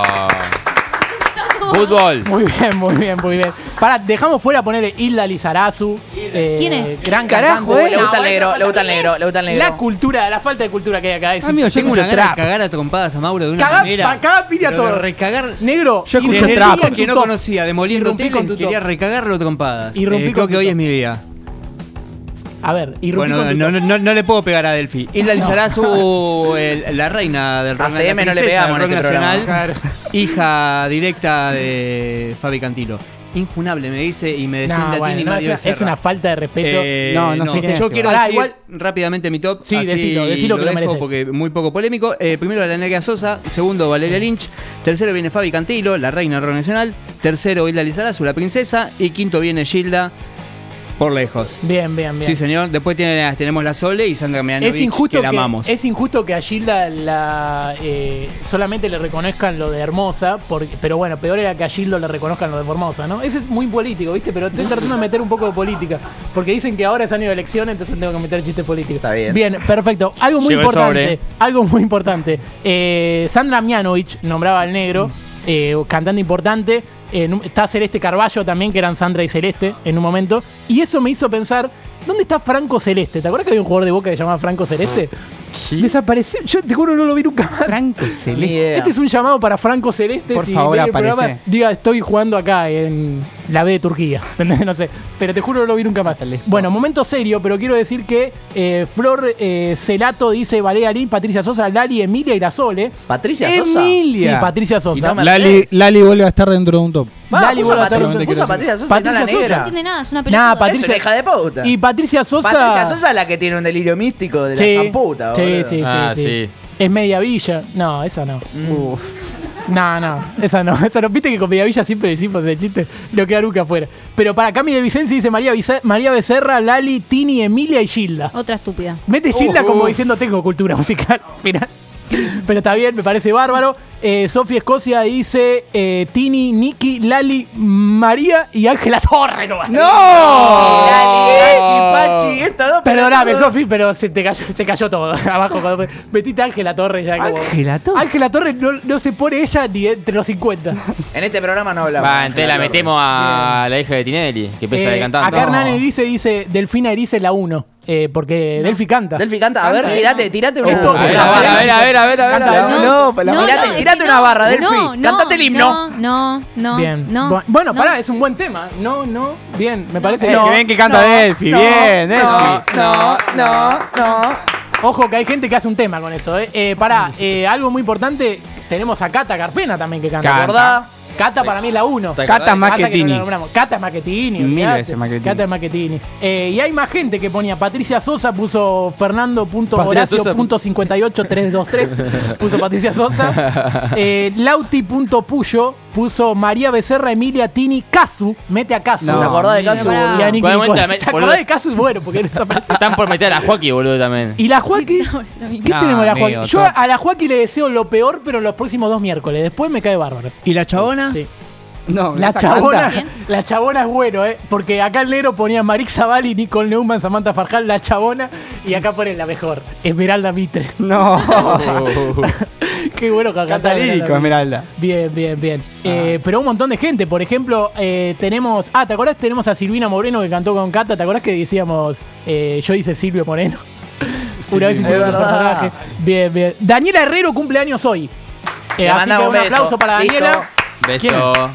[SPEAKER 3] Fútbol.
[SPEAKER 1] Muy bien, muy bien, muy bien. Para, dejamos fuera ponerle Hilda Lizarazu. eh,
[SPEAKER 4] ¿Quién es?
[SPEAKER 1] Gran
[SPEAKER 6] Carajo,
[SPEAKER 1] cantante.
[SPEAKER 6] eh.
[SPEAKER 2] Le gusta el
[SPEAKER 1] bueno,
[SPEAKER 2] negro,
[SPEAKER 1] falta
[SPEAKER 2] le gusta el
[SPEAKER 1] que-
[SPEAKER 2] negro, le gusta el negro.
[SPEAKER 1] La cultura, la falta de cultura que hay acá. Es
[SPEAKER 6] Amigo, yo
[SPEAKER 1] tengo
[SPEAKER 6] tengo
[SPEAKER 1] una
[SPEAKER 6] una ganas de
[SPEAKER 1] trap.
[SPEAKER 6] cagar a trompadas a Mauro de una
[SPEAKER 1] Cagá-
[SPEAKER 6] manera.
[SPEAKER 1] pa- cagá piña
[SPEAKER 6] pero
[SPEAKER 1] todo.
[SPEAKER 6] de Recagar.
[SPEAKER 1] Negro,
[SPEAKER 6] Yo
[SPEAKER 1] y
[SPEAKER 6] escucho
[SPEAKER 1] rompí
[SPEAKER 6] trap
[SPEAKER 1] con
[SPEAKER 6] que
[SPEAKER 1] tu
[SPEAKER 6] no
[SPEAKER 1] top.
[SPEAKER 6] conocía,
[SPEAKER 1] Y
[SPEAKER 6] demoliendo
[SPEAKER 1] rompí con tu
[SPEAKER 6] hoteles, quería
[SPEAKER 1] top.
[SPEAKER 6] recagarlo a trompadas.
[SPEAKER 1] Y rompí
[SPEAKER 6] Eh,
[SPEAKER 1] con
[SPEAKER 6] creo
[SPEAKER 1] tu
[SPEAKER 6] que hoy
[SPEAKER 1] top.
[SPEAKER 6] es mi día.
[SPEAKER 1] A ver, y rompí
[SPEAKER 6] Bueno,
[SPEAKER 1] con tu
[SPEAKER 6] no,
[SPEAKER 1] top.
[SPEAKER 6] no, no, no le puedo pegar
[SPEAKER 1] *laughs*
[SPEAKER 6] a Delphi. Hilda Lizarazu, el- la reina del rock,
[SPEAKER 2] ACM
[SPEAKER 6] la
[SPEAKER 2] no le
[SPEAKER 6] princesa
[SPEAKER 2] pegamos
[SPEAKER 6] del
[SPEAKER 2] en
[SPEAKER 6] rock
[SPEAKER 2] este
[SPEAKER 6] nacional,
[SPEAKER 1] Claro.
[SPEAKER 6] hija directa de Fabi Cantilo. Injunable, me dice y me defiende
[SPEAKER 1] No,
[SPEAKER 6] a
[SPEAKER 1] bueno,
[SPEAKER 6] Tini
[SPEAKER 1] no,
[SPEAKER 6] Mario
[SPEAKER 1] es, una, es
[SPEAKER 6] Becerra.
[SPEAKER 1] una falta de respeto.
[SPEAKER 6] Eh, no, no, sé.
[SPEAKER 1] quién es.
[SPEAKER 6] Yo quiero
[SPEAKER 1] Pará,
[SPEAKER 6] decir
[SPEAKER 1] igual-
[SPEAKER 6] rápidamente mi top.
[SPEAKER 1] Sí,
[SPEAKER 6] así
[SPEAKER 1] decilo, decilo que lo
[SPEAKER 6] dejo
[SPEAKER 1] mereces.
[SPEAKER 6] Porque muy poco polémico. Eh, primero, la negra Sosa. Segundo, Valeria Lynch. Tercero, viene Fabi Cantilo, la reina del rock nacional. Tercero, Hilda Lizarazu, la princesa. Y quinto, viene Gilda, por lejos.
[SPEAKER 1] Bien, bien, bien.
[SPEAKER 6] Sí, señor. Después tiene- ah, tenemos la Sole y Sandra Mianovich,
[SPEAKER 1] es injusto
[SPEAKER 6] que la
[SPEAKER 1] que,
[SPEAKER 6] amamos.
[SPEAKER 1] es injusto que a Gilda la, eh, solamente le reconozcan lo de hermosa, porque- pero bueno, peor era que a Gildo le reconozcan lo de formosa, ¿no? Ese es muy político, ¿viste? Pero estoy tratando de meter un poco de política, porque dicen que ahora es año de elección, entonces tengo que meter chistes políticos.
[SPEAKER 2] Está bien.
[SPEAKER 1] Bien, perfecto. Algo muy
[SPEAKER 3] Llegó el
[SPEAKER 1] importante,
[SPEAKER 3] sobre.
[SPEAKER 1] algo muy importante. Eh, Sandra Mianovich nombraba al
[SPEAKER 6] Mm.
[SPEAKER 1] negro, eh, cantante importante. En un- está Celeste Carballo también, que eran Sandra y Celeste en un momento. Y eso me hizo pensar, ¿dónde está Franco Celeste? ¿Te acuerdas que había un jugador de boca que se llamaba Franco Celeste? Desapareció. Yo te juro, no lo vi nunca más.
[SPEAKER 6] Franco
[SPEAKER 2] Ni
[SPEAKER 6] Eh,
[SPEAKER 2] idea.
[SPEAKER 1] Este es un llamado para Franco Celeste.
[SPEAKER 6] Por favor,
[SPEAKER 1] ve el
[SPEAKER 6] aparece.
[SPEAKER 1] programa, diga, estoy jugando acá en la B de Turquía. *laughs* ¿Entendés? no sé. Pero te juro, no lo vi nunca más. Bueno, momento serio, pero quiero decir que eh, Flor eh, Celato dice Valeria Lin, Patricia Sosa, Lali, Emilia y la Sole.
[SPEAKER 2] Patricia Sosa.
[SPEAKER 1] Sí,
[SPEAKER 6] Emilia.
[SPEAKER 1] Patricia
[SPEAKER 2] Y
[SPEAKER 1] Sosa.
[SPEAKER 2] toma-
[SPEAKER 5] Lali, Lali vuelve a estar dentro de un top.
[SPEAKER 2] Va,
[SPEAKER 1] Lali,
[SPEAKER 2] puso,
[SPEAKER 1] vuelve a
[SPEAKER 2] a Patricia,
[SPEAKER 1] estar-
[SPEAKER 2] puso a Patricia Sosa y no a la
[SPEAKER 1] Patricia Sosa.
[SPEAKER 2] negra.
[SPEAKER 4] No entiende nada, es
[SPEAKER 1] Nada,
[SPEAKER 4] una película.
[SPEAKER 1] Patricia-
[SPEAKER 2] Es una hija de puta.
[SPEAKER 1] Y Patricia Sosa.
[SPEAKER 2] Patricia Sosa es la que tiene un delirio místico de
[SPEAKER 1] Sí,
[SPEAKER 2] la zamputa.
[SPEAKER 1] sí, sí,
[SPEAKER 2] boludo.
[SPEAKER 1] sí,
[SPEAKER 3] Ah,
[SPEAKER 1] sí.
[SPEAKER 3] sí.
[SPEAKER 1] Es Media Villa. No, esa no.
[SPEAKER 2] Mm.
[SPEAKER 1] No, no, esa no, *laughs* esa no. Viste que con Mediavilla siempre decimos el chiste, lo queda nunca afuera. Pero para Cami de Vicencio dice María, Vice- María Becerra, Lali, Tini, Emilia y Gilda.
[SPEAKER 4] Otra estúpida.
[SPEAKER 1] Mete Gilda como
[SPEAKER 3] Uf.
[SPEAKER 1] diciendo tengo cultura musical. *laughs* Mirá. Pero está bien, me parece bárbaro. Eh, Sofía Escocia dice eh, Tini, Nicky, Lali, María y Ángela Torre. No,
[SPEAKER 2] Lali, Pachi, Pachi, estas dos.
[SPEAKER 1] *laughs* Perdóname,
[SPEAKER 2] pelotudas.
[SPEAKER 1] Sofi, pero se te cayó, se cayó todo *laughs* abajo. Cuando metiste a Ángela Torres ya como.
[SPEAKER 6] Ángela Torres.
[SPEAKER 1] Ángela Torres no, no se pone ella ni entre los 50.
[SPEAKER 2] En este programa no hablamos.
[SPEAKER 3] Va, entonces la
[SPEAKER 2] Gerardo.
[SPEAKER 3] metemos a la hija de Tinelli, que pesa de
[SPEAKER 1] Eh,
[SPEAKER 3] cantante.
[SPEAKER 1] Acá Hernán Erice dice Delfina Erice la 1. eh, porque Delfi canta.
[SPEAKER 2] Delphi canta. A ver,
[SPEAKER 1] Canta,
[SPEAKER 2] tirate,
[SPEAKER 1] eh.
[SPEAKER 2] tirate una.
[SPEAKER 1] Esto-
[SPEAKER 3] A ver, a ver, a ver, a ver, a ver, a ver.
[SPEAKER 2] Canta,
[SPEAKER 3] a ver.
[SPEAKER 2] ¿no? Tirate-
[SPEAKER 4] es que
[SPEAKER 2] tirate una barra, Delphi. Cantate el himno.
[SPEAKER 4] No, no, no.
[SPEAKER 1] Bien.
[SPEAKER 4] no,
[SPEAKER 1] Bu- bueno,
[SPEAKER 4] no.
[SPEAKER 1] pará, es un buen tema. No, no. Bien, me parece.
[SPEAKER 6] Eh, que bien que canta Delphi, bien, Delphi.
[SPEAKER 2] no, no, no, no.
[SPEAKER 1] Ojo que hay gente que hace un tema con eso, ¿eh? Eh, pará, eh, algo muy importante, tenemos a Cata Carpena también que canta.
[SPEAKER 3] Canta.
[SPEAKER 1] ¿Verdad? Cata para mí es la uno.
[SPEAKER 3] ¿Te acordás?
[SPEAKER 6] Cata
[SPEAKER 1] que no
[SPEAKER 6] Macchettini.
[SPEAKER 1] la nombramos. Cata es Macchettini.
[SPEAKER 3] Mil
[SPEAKER 1] olvidate.
[SPEAKER 3] veces Macchettini.
[SPEAKER 1] Cata es Macchettini. Eh, y hay más gente que ponía Patricia Sosa, puso
[SPEAKER 3] Patricia Sosa.
[SPEAKER 1] Fernando.horacio.58323, puso Patricia Sosa. Eh, Lauti.puyo puso María Becerra, Emilia Tini, Casu, mete a Casu.
[SPEAKER 8] No,
[SPEAKER 2] ¿Te acordás de Casu?
[SPEAKER 4] pará.
[SPEAKER 1] Y a Nicky
[SPEAKER 3] Bueno,
[SPEAKER 1] Nicole.
[SPEAKER 3] cuéntame,
[SPEAKER 1] ¿Te acordás
[SPEAKER 3] boludo.
[SPEAKER 1] de Casu? Bueno, porque no está presente.
[SPEAKER 3] Están por meter a Joaquín, boludo, también.
[SPEAKER 1] Y la Joaquín.
[SPEAKER 4] No, es lo mismo.
[SPEAKER 1] ¿Qué
[SPEAKER 3] No,
[SPEAKER 1] tenemos la
[SPEAKER 3] amigo,
[SPEAKER 1] Joaquín? Yo
[SPEAKER 3] todo-
[SPEAKER 1] a la Joaquín le deseo lo peor, pero los próximos dos miércoles. Después me cae bárbaro.
[SPEAKER 8] ¿Y la
[SPEAKER 4] Ah.
[SPEAKER 8] chabona?
[SPEAKER 1] Sí.
[SPEAKER 6] No,
[SPEAKER 1] La
[SPEAKER 6] esa
[SPEAKER 1] chabona,
[SPEAKER 6] canta.
[SPEAKER 4] ¿Quién?
[SPEAKER 1] la chabona es bueno, ¿eh? Porque acá el negro ponía Marix Zavalli, Nicole Neumann, Samantha Farjal, la chabona. Y acá ponen la mejor, Esmeralda Mitre.
[SPEAKER 6] No.
[SPEAKER 1] *laughs* Qué bueno que acá está
[SPEAKER 6] Canta lírico, Esmeralda.
[SPEAKER 1] Bien, bien, bien.
[SPEAKER 2] Ah.
[SPEAKER 1] Eh, pero un montón de gente. Por ejemplo, eh, tenemos. Ah, ¿te acordás? Tenemos a Silvina Moreno que cantó con Cata. ¿Te acordás que decíamos. eh, yo hice Silvio Moreno?
[SPEAKER 2] *laughs*
[SPEAKER 1] Una vez hice
[SPEAKER 2] Es
[SPEAKER 1] otro
[SPEAKER 2] verdad.
[SPEAKER 1] personaje. Bien, bien. Daniela Herrero cumpleaños hoy. Eh,
[SPEAKER 2] Le
[SPEAKER 1] así que
[SPEAKER 2] mandamos
[SPEAKER 1] un
[SPEAKER 2] un beso.
[SPEAKER 1] aplauso para
[SPEAKER 2] Listo.
[SPEAKER 1] Daniela. ¿Quién
[SPEAKER 3] Beso.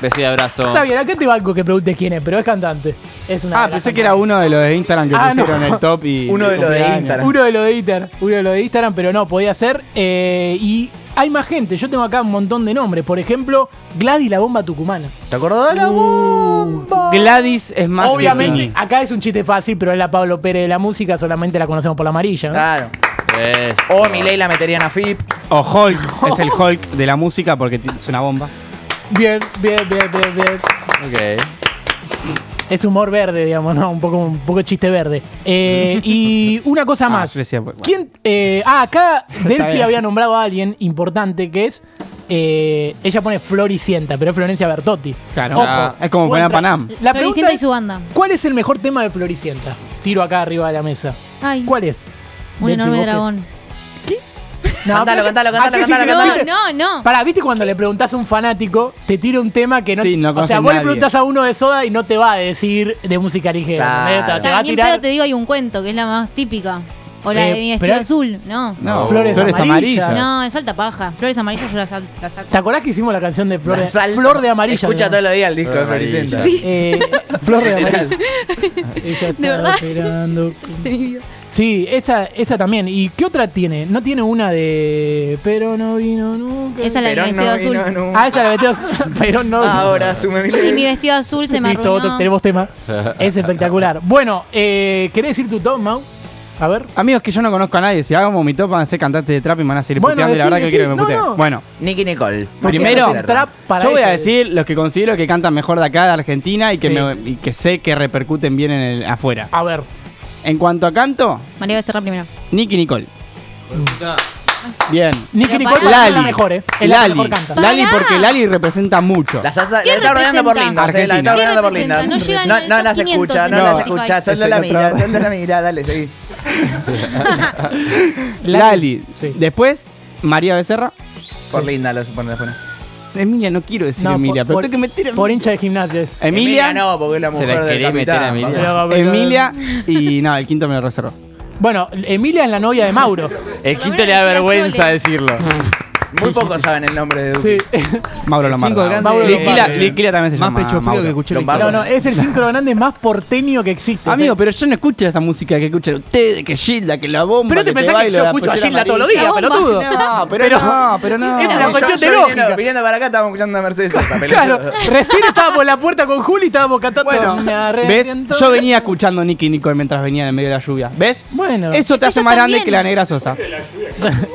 [SPEAKER 3] Beso y abrazo.
[SPEAKER 1] Está bien, acá te banco que preguntes quién es, pero es cantante. Es una
[SPEAKER 6] Ah,
[SPEAKER 1] de las
[SPEAKER 6] pensé que era
[SPEAKER 1] cantantes.
[SPEAKER 6] uno de los de Instagram que
[SPEAKER 1] Ah, no.
[SPEAKER 6] pusieron el top y.
[SPEAKER 2] Uno de los de
[SPEAKER 6] cumpleaños.
[SPEAKER 2] Instagram.
[SPEAKER 1] Uno de los de Instagram, uno de los de Instagram, pero no, podía ser. Eh, y hay más gente. Yo tengo acá un montón de nombres. Por ejemplo, Gladys la bomba tucumana.
[SPEAKER 2] ¿Te acordás de la bomba?
[SPEAKER 6] Gladys es más.
[SPEAKER 1] Obviamente, acá es un chiste fácil, pero es la Pablo Pérez de la música, solamente la conocemos por la amarilla.
[SPEAKER 6] Ah.
[SPEAKER 1] ¿no?
[SPEAKER 2] Claro.
[SPEAKER 3] Beso.
[SPEAKER 2] O Milei la meterían a FIP.
[SPEAKER 6] O Hulk.
[SPEAKER 1] *laughs*
[SPEAKER 6] Es el Hulk de la música porque ti- es una bomba.
[SPEAKER 1] Bien, bien, bien, bien, bien.
[SPEAKER 3] Ok.
[SPEAKER 1] Es humor verde, digamos, ¿no? Un poco, un poco chiste verde. Eh,
[SPEAKER 6] *laughs*
[SPEAKER 1] y una cosa
[SPEAKER 6] Ah,
[SPEAKER 1] más.
[SPEAKER 6] yo decía, bueno.
[SPEAKER 1] ¿Quién? eh, ah,
[SPEAKER 6] *laughs*
[SPEAKER 1] acá Delphi
[SPEAKER 6] bien.
[SPEAKER 1] había nombrado a alguien importante que es. eh, ella pone Floricienta, pero es Florencia Bertotti.
[SPEAKER 6] Claro.
[SPEAKER 1] Ojo,
[SPEAKER 3] Ah,
[SPEAKER 6] es como
[SPEAKER 1] buen
[SPEAKER 6] poner a
[SPEAKER 1] tra-
[SPEAKER 6] Panam.
[SPEAKER 1] La pregunta
[SPEAKER 4] Floricienta y
[SPEAKER 1] es,
[SPEAKER 4] su banda.
[SPEAKER 1] ¿Cuál es el mejor tema de Floricienta? Tiro acá arriba de la mesa.
[SPEAKER 4] Ay,
[SPEAKER 1] ¿Cuál es?
[SPEAKER 4] un
[SPEAKER 1] Delphi,
[SPEAKER 4] enorme
[SPEAKER 1] vos que-
[SPEAKER 4] dragón.
[SPEAKER 1] No,
[SPEAKER 2] Cantalo,
[SPEAKER 1] pero-
[SPEAKER 2] cantalo,
[SPEAKER 1] ¿a
[SPEAKER 2] cantalo,
[SPEAKER 1] qué sí
[SPEAKER 2] cantalo,
[SPEAKER 1] que
[SPEAKER 2] cantalo.
[SPEAKER 1] viste?
[SPEAKER 4] No, no, no.
[SPEAKER 1] Pará, ¿viste cuando le preguntás a un fanático, te tira un tema que no...
[SPEAKER 6] Sí, no
[SPEAKER 1] o sea,
[SPEAKER 6] conoce
[SPEAKER 1] vos le
[SPEAKER 6] nadie.
[SPEAKER 1] preguntás a uno de Soda y no te va a decir de música ligera.
[SPEAKER 2] Claro.
[SPEAKER 1] ¿entendés? Te, te va
[SPEAKER 4] Está,
[SPEAKER 1] a
[SPEAKER 4] Ni en pedo
[SPEAKER 1] tirar...
[SPEAKER 4] te digo hay un cuento, que es la más típica. O la
[SPEAKER 1] Eh,
[SPEAKER 4] de mi vestido
[SPEAKER 1] pero-
[SPEAKER 4] azul. No.
[SPEAKER 6] No,
[SPEAKER 1] Flores amarillas.
[SPEAKER 4] No, es alta paja. Flores amarillas yo las, sal- las saco.
[SPEAKER 1] ¿Te
[SPEAKER 4] *laughs*
[SPEAKER 1] acordás que hicimos la canción de Flor de,
[SPEAKER 2] La salto.
[SPEAKER 1] Flor de Amarilla?
[SPEAKER 2] Escucha
[SPEAKER 1] se
[SPEAKER 2] todos
[SPEAKER 1] llama?
[SPEAKER 2] los días el disco de
[SPEAKER 3] Flor de amarilla.
[SPEAKER 2] Floricienta.
[SPEAKER 3] Sí.
[SPEAKER 1] Eh, Flor
[SPEAKER 2] *laughs*
[SPEAKER 1] de Amarilla. Ella
[SPEAKER 4] De
[SPEAKER 1] estaba
[SPEAKER 4] verdad.
[SPEAKER 1] esperando.
[SPEAKER 4] Triste Este mi
[SPEAKER 1] *laughs*
[SPEAKER 4] vida.
[SPEAKER 1] Sí, esa, esa también. ¿Y qué otra tiene? No tiene una de... Pero no vino nunca.
[SPEAKER 4] Esa es la de
[SPEAKER 2] Pero
[SPEAKER 4] mi
[SPEAKER 2] no,
[SPEAKER 4] vestido azul.
[SPEAKER 2] no, no.
[SPEAKER 1] Ah, esa la
[SPEAKER 4] *laughs*
[SPEAKER 1] metió... Pero no...
[SPEAKER 2] Ahora asume
[SPEAKER 4] Y mi
[SPEAKER 2] Milei.
[SPEAKER 4] vestido azul se me
[SPEAKER 1] Listo,
[SPEAKER 4] arruinó.
[SPEAKER 1] otro- tenemos tema. Es espectacular. Bueno, eh, ¿querés decir tu top, Mau? A ver.
[SPEAKER 6] Amigos que yo no conozco a nadie, si hagamos mi top van a ser cantantes de trap y me van a seguir
[SPEAKER 1] Bueno,
[SPEAKER 6] puteando y la
[SPEAKER 1] decí,
[SPEAKER 6] verdad que
[SPEAKER 1] decí.
[SPEAKER 6] quiero que me
[SPEAKER 1] No,
[SPEAKER 6] puteen.
[SPEAKER 1] no.
[SPEAKER 6] Bueno,
[SPEAKER 2] Nicky Nicole.
[SPEAKER 6] Primero,
[SPEAKER 1] Porque es el trap para
[SPEAKER 6] yo voy
[SPEAKER 1] ella.
[SPEAKER 6] a decir los que considero que cantan mejor de acá de Argentina y que,
[SPEAKER 1] Sí.
[SPEAKER 6] me- y que sé que repercuten bien en el afuera.
[SPEAKER 1] A ver.
[SPEAKER 6] En cuanto a canto,
[SPEAKER 4] María Becerra primero.
[SPEAKER 6] Nicky Nicole. Bien.
[SPEAKER 1] Nicky
[SPEAKER 4] Pero
[SPEAKER 1] Nicole
[SPEAKER 4] pará.
[SPEAKER 1] es la
[SPEAKER 6] Lali.
[SPEAKER 1] mejor, ¿eh? Es la que
[SPEAKER 6] Lali.
[SPEAKER 1] mejor canta.
[SPEAKER 4] Pará.
[SPEAKER 6] Lali porque Lali representa mucho.
[SPEAKER 2] La salsa- la
[SPEAKER 4] ¿Quién
[SPEAKER 2] está ordenando por
[SPEAKER 4] representa?
[SPEAKER 2] lindas, eh, la
[SPEAKER 6] Argentina.
[SPEAKER 2] está ordenando por
[SPEAKER 4] ¿Quién
[SPEAKER 2] lindas.
[SPEAKER 4] representa? No
[SPEAKER 2] No,
[SPEAKER 4] llegan
[SPEAKER 2] no
[SPEAKER 4] al
[SPEAKER 2] las
[SPEAKER 4] top 500
[SPEAKER 2] escucha, no,
[SPEAKER 4] en
[SPEAKER 2] las
[SPEAKER 4] Spotify.
[SPEAKER 2] escucha, solo
[SPEAKER 6] Ese
[SPEAKER 2] la
[SPEAKER 6] es otro.
[SPEAKER 2] mira, solo la mira, dale, seguí.
[SPEAKER 6] Lali.
[SPEAKER 1] Sí.
[SPEAKER 6] Después, María Becerra.
[SPEAKER 2] Por linda lo supone después.
[SPEAKER 6] Emilia, no quiero decir
[SPEAKER 1] No,
[SPEAKER 6] Emilia,
[SPEAKER 1] por-
[SPEAKER 6] pero
[SPEAKER 1] por-
[SPEAKER 6] tengo que meter a-
[SPEAKER 1] Por hincha de gimnasia. es.
[SPEAKER 6] Emilia,
[SPEAKER 2] no, porque es la
[SPEAKER 3] Se la
[SPEAKER 2] mujer del
[SPEAKER 3] querés meter a
[SPEAKER 2] capitán.
[SPEAKER 3] Emilia.
[SPEAKER 2] papá.
[SPEAKER 6] Emilia y no, el quinto me lo reservo.
[SPEAKER 1] Bueno, Emilia es la novia de
[SPEAKER 6] *laughs*
[SPEAKER 1] Mauro.
[SPEAKER 3] El
[SPEAKER 4] Por lo
[SPEAKER 3] quinto
[SPEAKER 4] menos
[SPEAKER 3] le da
[SPEAKER 4] decía
[SPEAKER 3] vergüenza
[SPEAKER 4] Sole.
[SPEAKER 3] decirlo.
[SPEAKER 2] Muy pocos saben el nombre de
[SPEAKER 1] Sí.
[SPEAKER 2] Duki.
[SPEAKER 6] Mauro
[SPEAKER 8] El
[SPEAKER 6] Lombardo.
[SPEAKER 8] cinco grande-
[SPEAKER 1] Mauro
[SPEAKER 6] Liquila,
[SPEAKER 1] Lombardo.
[SPEAKER 6] Liquila también se
[SPEAKER 8] Más
[SPEAKER 6] llama.
[SPEAKER 8] pecho frío
[SPEAKER 6] Mauro.
[SPEAKER 8] que escuché en la
[SPEAKER 2] Lombardo.
[SPEAKER 1] *laughs* No, no, es el cinco grande más porteño que existe.
[SPEAKER 6] Ah, Amigo, pero yo no escucho esa música que escuchan ustedes, que Gilda, que la bomba.
[SPEAKER 1] Pero te pensás que
[SPEAKER 6] baila
[SPEAKER 1] yo
[SPEAKER 6] la
[SPEAKER 1] escucho a
[SPEAKER 6] pollera
[SPEAKER 1] Gilda todos los
[SPEAKER 6] amarilla.
[SPEAKER 1] días,
[SPEAKER 4] La bomba.
[SPEAKER 1] pelotudo.
[SPEAKER 6] No, pero, no, pero no.
[SPEAKER 1] Es
[SPEAKER 2] Sí,
[SPEAKER 1] una
[SPEAKER 2] yo-
[SPEAKER 1] cuestión de
[SPEAKER 2] yo viniendo-
[SPEAKER 1] lógica.
[SPEAKER 2] Viniendo para acá estábamos escuchando a Mercedes Sosa, pelotudo.
[SPEAKER 1] Claro, recién estábamos en *laughs* la puerta con Juli y estábamos cantando.
[SPEAKER 6] Bueno,
[SPEAKER 1] Me
[SPEAKER 6] ¿Ves?
[SPEAKER 1] arrepiento.
[SPEAKER 6] Yo venía escuchando Nicky Nicole mientras venía en medio de la lluvia. ¿Ves?
[SPEAKER 1] Bueno,
[SPEAKER 6] Eso
[SPEAKER 4] Es que
[SPEAKER 6] te hace
[SPEAKER 4] yo
[SPEAKER 6] más
[SPEAKER 4] también.
[SPEAKER 6] grande que la negra Sosa.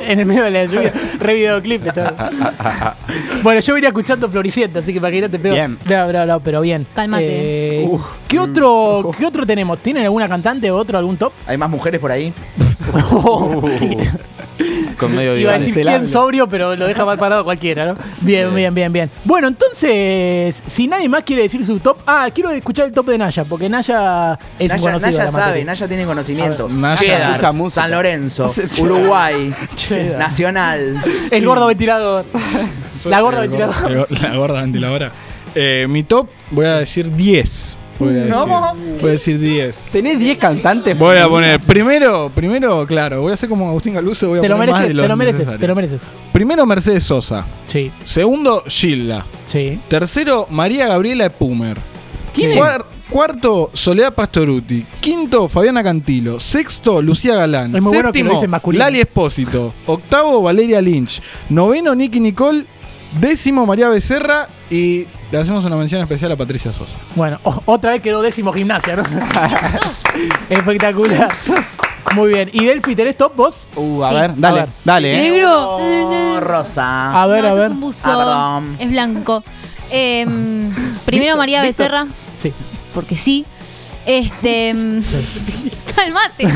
[SPEAKER 1] en el medio de la lluvia, re videoclip. estaba.
[SPEAKER 5] *laughs*
[SPEAKER 1] bueno, yo venía escuchando Floricienta, así que para que no te pego.
[SPEAKER 6] Bien.
[SPEAKER 1] No, no, no, pero bien.
[SPEAKER 4] Cálmate.
[SPEAKER 1] Eh, ¿qué,
[SPEAKER 5] Mm.
[SPEAKER 1] otro, ¿Qué otro tenemos? ¿Tienen alguna cantante o otro, algún top?
[SPEAKER 5] *laughs*
[SPEAKER 2] Hay más mujeres por ahí.
[SPEAKER 3] Con medio
[SPEAKER 1] Iba a
[SPEAKER 3] diván.
[SPEAKER 1] decir quién sobrio, pero lo deja mal parado cualquiera, ¿no? Bien, bien, bien, bien. Bueno, entonces, si nadie más quiere decir su top. Ah, quiero escuchar el top de Naya, porque Naya es un
[SPEAKER 2] Naya,
[SPEAKER 1] conocido. de
[SPEAKER 2] Naya
[SPEAKER 1] la
[SPEAKER 2] sabe,
[SPEAKER 1] materia.
[SPEAKER 2] Naya tiene conocimiento.
[SPEAKER 6] Naya escucha
[SPEAKER 2] Cheddar,
[SPEAKER 6] música.
[SPEAKER 2] San Lorenzo, Uruguay,
[SPEAKER 1] Cheddar.
[SPEAKER 2] Nacional.
[SPEAKER 1] El gordo ventilador. La gorda ventiladora.
[SPEAKER 6] *laughs*
[SPEAKER 5] La gorda ventiladora. Eh, mi top, voy a decir 10. Voy a decir,
[SPEAKER 2] No.
[SPEAKER 5] voy a decir 10.
[SPEAKER 6] ¿Tenés 10 cantantes?
[SPEAKER 5] Voy a poner, primero, primero, claro, voy a hacer como Agustín Galuso, voy a
[SPEAKER 1] Te lo
[SPEAKER 5] poner más
[SPEAKER 1] mereces,
[SPEAKER 5] de
[SPEAKER 1] te
[SPEAKER 5] lo
[SPEAKER 1] lo mereces,
[SPEAKER 5] necesario.
[SPEAKER 1] te lo mereces.
[SPEAKER 5] Primero Mercedes Sosa,
[SPEAKER 1] Sí,
[SPEAKER 5] segundo Gilda,
[SPEAKER 1] sí.
[SPEAKER 5] tercero María Gabriela Pumer.
[SPEAKER 1] ¿Quién es?
[SPEAKER 5] Cuar- Cuarto, Soledad Pastoruti. Quinto, Fabiana Cantilo. Sexto, Lucía Galán.
[SPEAKER 1] Es muy bueno que lo
[SPEAKER 5] Séptimo,
[SPEAKER 1] dicen masculino.
[SPEAKER 5] Lali Espósito. Octavo, Valeria Lynch. Noveno, Nicky Nicole. Décimo, María Becerra. Y le hacemos una mención especial a Patricia Sosa.
[SPEAKER 1] Bueno, o- otra vez quedó décimo gimnasia,
[SPEAKER 4] *laughs*
[SPEAKER 1] ¿no?
[SPEAKER 4] Sos.
[SPEAKER 1] Espectacular. Muy bien. ¿Y Delphi, tenés top vos?
[SPEAKER 9] Uh, a
[SPEAKER 4] Sí.
[SPEAKER 9] ver, dale,
[SPEAKER 1] A ver.
[SPEAKER 9] dale, eh.
[SPEAKER 4] Negro.
[SPEAKER 2] Oh, Rosa.
[SPEAKER 1] A ver,
[SPEAKER 4] no,
[SPEAKER 1] a
[SPEAKER 4] esto
[SPEAKER 1] ver.
[SPEAKER 4] Es un buzo.
[SPEAKER 2] Ah, perdón.
[SPEAKER 4] Es blanco. Em, primero
[SPEAKER 1] Víctor,
[SPEAKER 4] María
[SPEAKER 1] Víctor.
[SPEAKER 4] Becerra,
[SPEAKER 1] Sí.
[SPEAKER 4] porque sí.
[SPEAKER 1] *laughs*
[SPEAKER 4] Este. em, Calmate.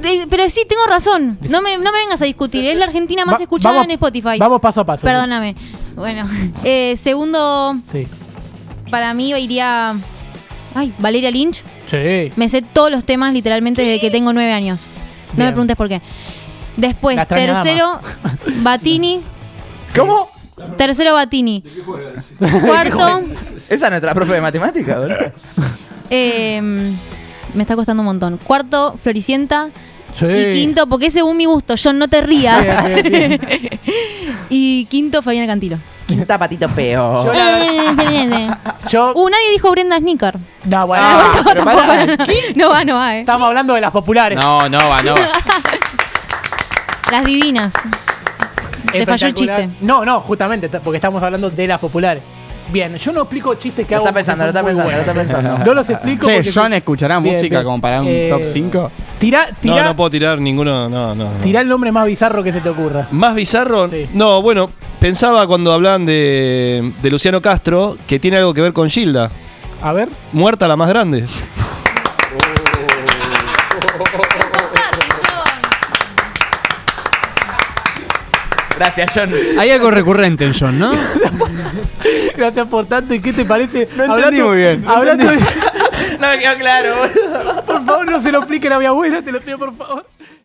[SPEAKER 4] De- Pero sí, tengo razón. No me, no me vengas a discutir. Es la Argentina más
[SPEAKER 1] Va-
[SPEAKER 4] escuchada
[SPEAKER 1] vamos-
[SPEAKER 4] en Spotify.
[SPEAKER 1] Vamos paso a paso.
[SPEAKER 4] Perdóname. Bueno. eh, segundo,
[SPEAKER 1] Sí.
[SPEAKER 4] para mí iría. Ay, Valeria Lynch.
[SPEAKER 1] Sí.
[SPEAKER 4] Me sé todos los temas literalmente desde que tengo nueve años. No
[SPEAKER 1] Bien.
[SPEAKER 4] me preguntes por qué. Después,
[SPEAKER 1] La extraña
[SPEAKER 4] tercero, Batini.
[SPEAKER 1] ¿Cómo?
[SPEAKER 4] Tercero, Batini.
[SPEAKER 1] *laughs*
[SPEAKER 4] Cuarto,
[SPEAKER 2] Esa es nuestra profe de matemática, ¿verdad?
[SPEAKER 4] eh, me está costando un montón. Cuarto, Floricienta.
[SPEAKER 1] Sí.
[SPEAKER 4] Y quinto, porque es según mi gusto, John, no te rías.
[SPEAKER 1] Bien, bien,
[SPEAKER 4] *laughs* y quinto, Fabiana Cantilo.
[SPEAKER 2] Quinta patito peo.
[SPEAKER 1] Yo la-
[SPEAKER 4] Eh,
[SPEAKER 1] *laughs*
[SPEAKER 4] inteligente.
[SPEAKER 1] Yo.
[SPEAKER 4] Uh, nadie dijo Brenda Snicker.
[SPEAKER 1] No, bueno.
[SPEAKER 2] Ah, pero
[SPEAKER 4] *laughs* Tampoco.
[SPEAKER 2] pará.
[SPEAKER 4] No va, no va, eh.
[SPEAKER 1] Estamos hablando de las populares.
[SPEAKER 3] No, no va, no va.
[SPEAKER 1] *laughs*
[SPEAKER 4] Las divinas. Te falló el
[SPEAKER 1] Espectacular.
[SPEAKER 4] chiste.
[SPEAKER 1] No, no, justamente, t- porque estamos hablando de las populares. Bien, yo no explico chistes que
[SPEAKER 2] Lo
[SPEAKER 1] hago.
[SPEAKER 2] está pensando, lo
[SPEAKER 1] porque
[SPEAKER 2] está
[SPEAKER 1] son
[SPEAKER 2] pensando,
[SPEAKER 1] muy
[SPEAKER 2] lo está
[SPEAKER 1] buenos.
[SPEAKER 2] pensando.
[SPEAKER 1] No los explico.
[SPEAKER 9] Che,
[SPEAKER 1] porque-
[SPEAKER 9] John escuchará
[SPEAKER 1] Bien,
[SPEAKER 9] música
[SPEAKER 1] bien.
[SPEAKER 9] como para un
[SPEAKER 1] Eh,
[SPEAKER 9] top 5.
[SPEAKER 1] Tirá,
[SPEAKER 7] No,
[SPEAKER 1] tirá,
[SPEAKER 7] no puedo tirar ninguno. No, no. no.
[SPEAKER 1] tirá el nombre más bizarro que se te ocurra.
[SPEAKER 7] ¿Más bizarro?
[SPEAKER 1] Sí.
[SPEAKER 7] No, bueno, pensaba cuando hablaban de, de Luciano Castro que tiene algo que ver con Gilda.
[SPEAKER 1] A ver.
[SPEAKER 7] Muerta la más grande.
[SPEAKER 2] Gracias, John.
[SPEAKER 6] Hay algo recurrente en
[SPEAKER 7] *laughs*
[SPEAKER 6] John, ¿no?
[SPEAKER 1] Gracias por tanto. ¿Y qué te parece? No
[SPEAKER 9] entendí muy bien, no
[SPEAKER 1] Hablando de-
[SPEAKER 2] No me quedó claro, boludo.
[SPEAKER 1] por favor, no se lo expliquen a mi abuela, te lo pido por favor.